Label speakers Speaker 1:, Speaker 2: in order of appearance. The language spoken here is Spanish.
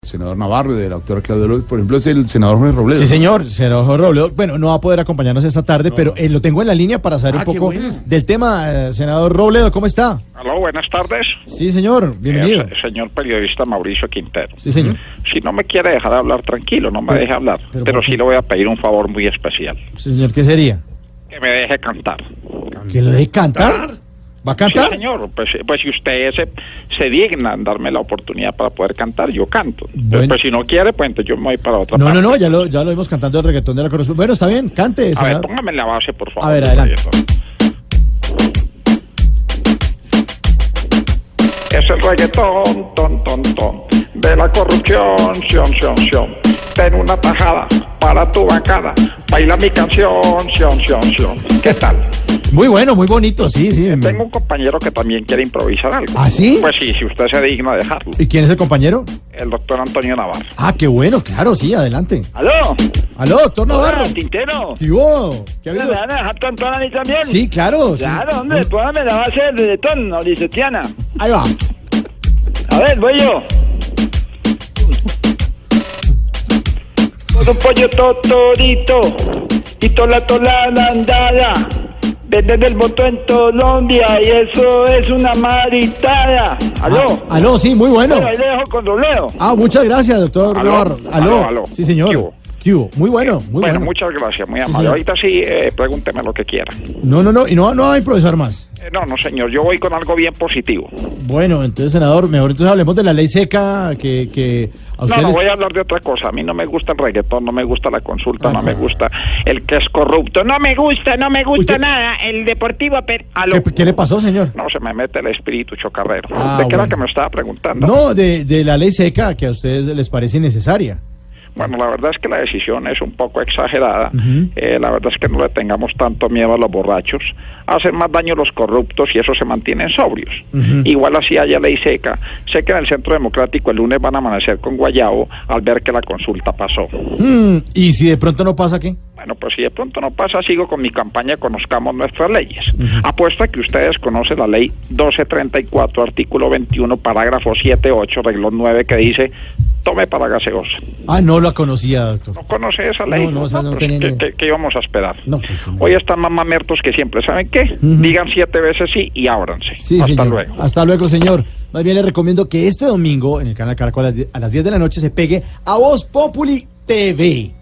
Speaker 1: senador Navarro y del doctor Claudio López, por ejemplo, es el senador Jorge Robledo.
Speaker 2: Sí, señor, senador Robledo. Bueno, no va a poder acompañarnos esta tarde,
Speaker 1: No.
Speaker 2: pero eh, lo tengo en la línea para saber
Speaker 1: Ah,
Speaker 2: un
Speaker 1: qué
Speaker 2: poco
Speaker 1: bueno.
Speaker 2: del tema. eh, senador Robledo, ¿cómo está?
Speaker 3: Aló, buenas tardes.
Speaker 2: Sí, señor, bienvenido.
Speaker 3: Eh, señor periodista Mauricio Quintero.
Speaker 2: Sí, señor.
Speaker 3: Si no me quiere dejar hablar, tranquilo, no me
Speaker 2: Pero-
Speaker 3: deje hablar.
Speaker 2: pero
Speaker 3: Pero,
Speaker 2: ¿por qué?
Speaker 3: sí le voy a pedir un favor muy especial.
Speaker 2: Sí, señor, ¿qué sería?
Speaker 3: Que me deje cantar.
Speaker 2: ¿Que lo deje cantar? ¿Va a cantar?
Speaker 3: Sí, señor. Pues, pues si usted se, se digna en darme la oportunidad para poder cantar, yo canto.
Speaker 2: Bueno.
Speaker 3: Pues si no quiere, pues entonces yo me voy para otra
Speaker 2: No,
Speaker 3: parte.
Speaker 2: no, no, ya lo, ya lo vimos cantando el reggaetón de la corrupción. Bueno, está bien, cante,
Speaker 3: A ver,
Speaker 2: senador.
Speaker 3: póngame la base, por favor.
Speaker 2: A ver, adelante.
Speaker 3: Es el reggaetón, ton, ton, ton, de la corrupción, sion, sion, sion. Ten una tajada para tu bancada, baila mi canción, sion, sion, sion. ¿Qué tal?
Speaker 2: Muy bueno, muy bonito, sí, sí.
Speaker 3: Tengo un compañero que también quiere improvisar algo.
Speaker 2: ¿Ah, sí?
Speaker 3: Pues sí, si usted se digna dejarlo.
Speaker 2: ¿Y quién es el compañero?
Speaker 3: El doctor Antonio Navarro.
Speaker 2: Ah, qué bueno, claro, sí, adelante.
Speaker 3: ¡Aló!
Speaker 2: Aló, doctor Navarro.
Speaker 3: Hola, Quintero!
Speaker 2: ¿Qué hubo? ¿Qué ha
Speaker 3: ¿Me
Speaker 2: habido?
Speaker 3: van a dejar cantar a mí también?
Speaker 2: Sí, claro. sí.
Speaker 3: Claro, hombre, póngame la base del reggaetón, Mauricetiana.
Speaker 2: Ahí va.
Speaker 3: A ver, voy yo. Con un pollo totorito y tola tola la andada. Venden el voto en Colombia y eso es una maritada. ¿Aló?
Speaker 2: Ah, aló, sí, muy bueno.
Speaker 3: Bueno, ahí le dejo con roleo.
Speaker 2: Ah, muchas gracias, doctor
Speaker 3: Aló,
Speaker 2: Navarro.
Speaker 3: aló, aló.
Speaker 2: Sí, señor.
Speaker 3: ¿Qué hubo?
Speaker 2: ¿Qué hubo? Muy bueno, muy bueno.
Speaker 3: muchas gracias, muy
Speaker 2: amable. señor. Ahorita
Speaker 3: sí, eh, pregúnteme lo que quiera. Eh,
Speaker 2: No, no, no, y no, no va a improvisar más.
Speaker 3: no, no, señor, yo voy con algo bien positivo.
Speaker 2: Bueno, entonces, senador, mejor entonces hablemos de la ley seca que, que a
Speaker 3: No,
Speaker 2: ustedes...
Speaker 3: no voy a hablar de otra cosa. A mí no me gusta el reggaetón, no me gusta la consulta,
Speaker 2: Ah,
Speaker 3: no me
Speaker 2: no.
Speaker 3: gusta el que es corrupto, no me gusta, no me gusta
Speaker 2: Uy, ¿qué-
Speaker 3: nada. El deportivo, pero. Aló.
Speaker 2: ¿Qué, qué le pasó, señor?
Speaker 3: No se me mete el espíritu chocarrero.
Speaker 2: Ah,
Speaker 3: ¿De qué
Speaker 2: bueno.
Speaker 3: era que me estaba preguntando?
Speaker 2: No, de, de la ley seca que a ustedes les parece innecesaria.
Speaker 3: Bueno, la verdad es que la decisión es un poco exagerada.
Speaker 2: Ujú.
Speaker 3: Eh, la verdad es que no le tengamos tanto miedo a los borrachos. Hacen más daño los corruptos y eso se mantienen sobrios.
Speaker 2: Ujú.
Speaker 3: Igual así haya ley seca. Sé que en el Centro Democrático el lunes van a amanecer con Guayabo al ver que la consulta pasó.
Speaker 2: Mm, y si de pronto no pasa, ¿qué?
Speaker 3: Bueno, pues si de pronto no pasa, sigo con mi campaña Conozcamos Nuestras Leyes.
Speaker 2: Ujú.
Speaker 3: Apuesto a que ustedes conocen la ley 1234, artículo 21, parágrafo 78, reglón 9, que dice, tome para gaseosa.
Speaker 2: Ah, no la conocía, doctor.
Speaker 3: ¿No conoce esa ley?
Speaker 2: No, no, esa no
Speaker 3: pues,
Speaker 2: tenía
Speaker 3: ¿qué,
Speaker 2: idea.
Speaker 3: qué- qué íbamos a esperar?
Speaker 2: No, pues, sí, no.
Speaker 3: Hoy están más mamertos que siempre. ¿Saben qué?
Speaker 2: Ujú.
Speaker 3: Digan siete veces sí y ábranse.
Speaker 2: Sí,
Speaker 3: Hasta
Speaker 2: señor.
Speaker 3: luego.
Speaker 2: Hasta luego, señor. Más bien le recomiendo que este domingo en el canal Caracol a las die- a las 10 de la noche se pegue a Voz Populi TV.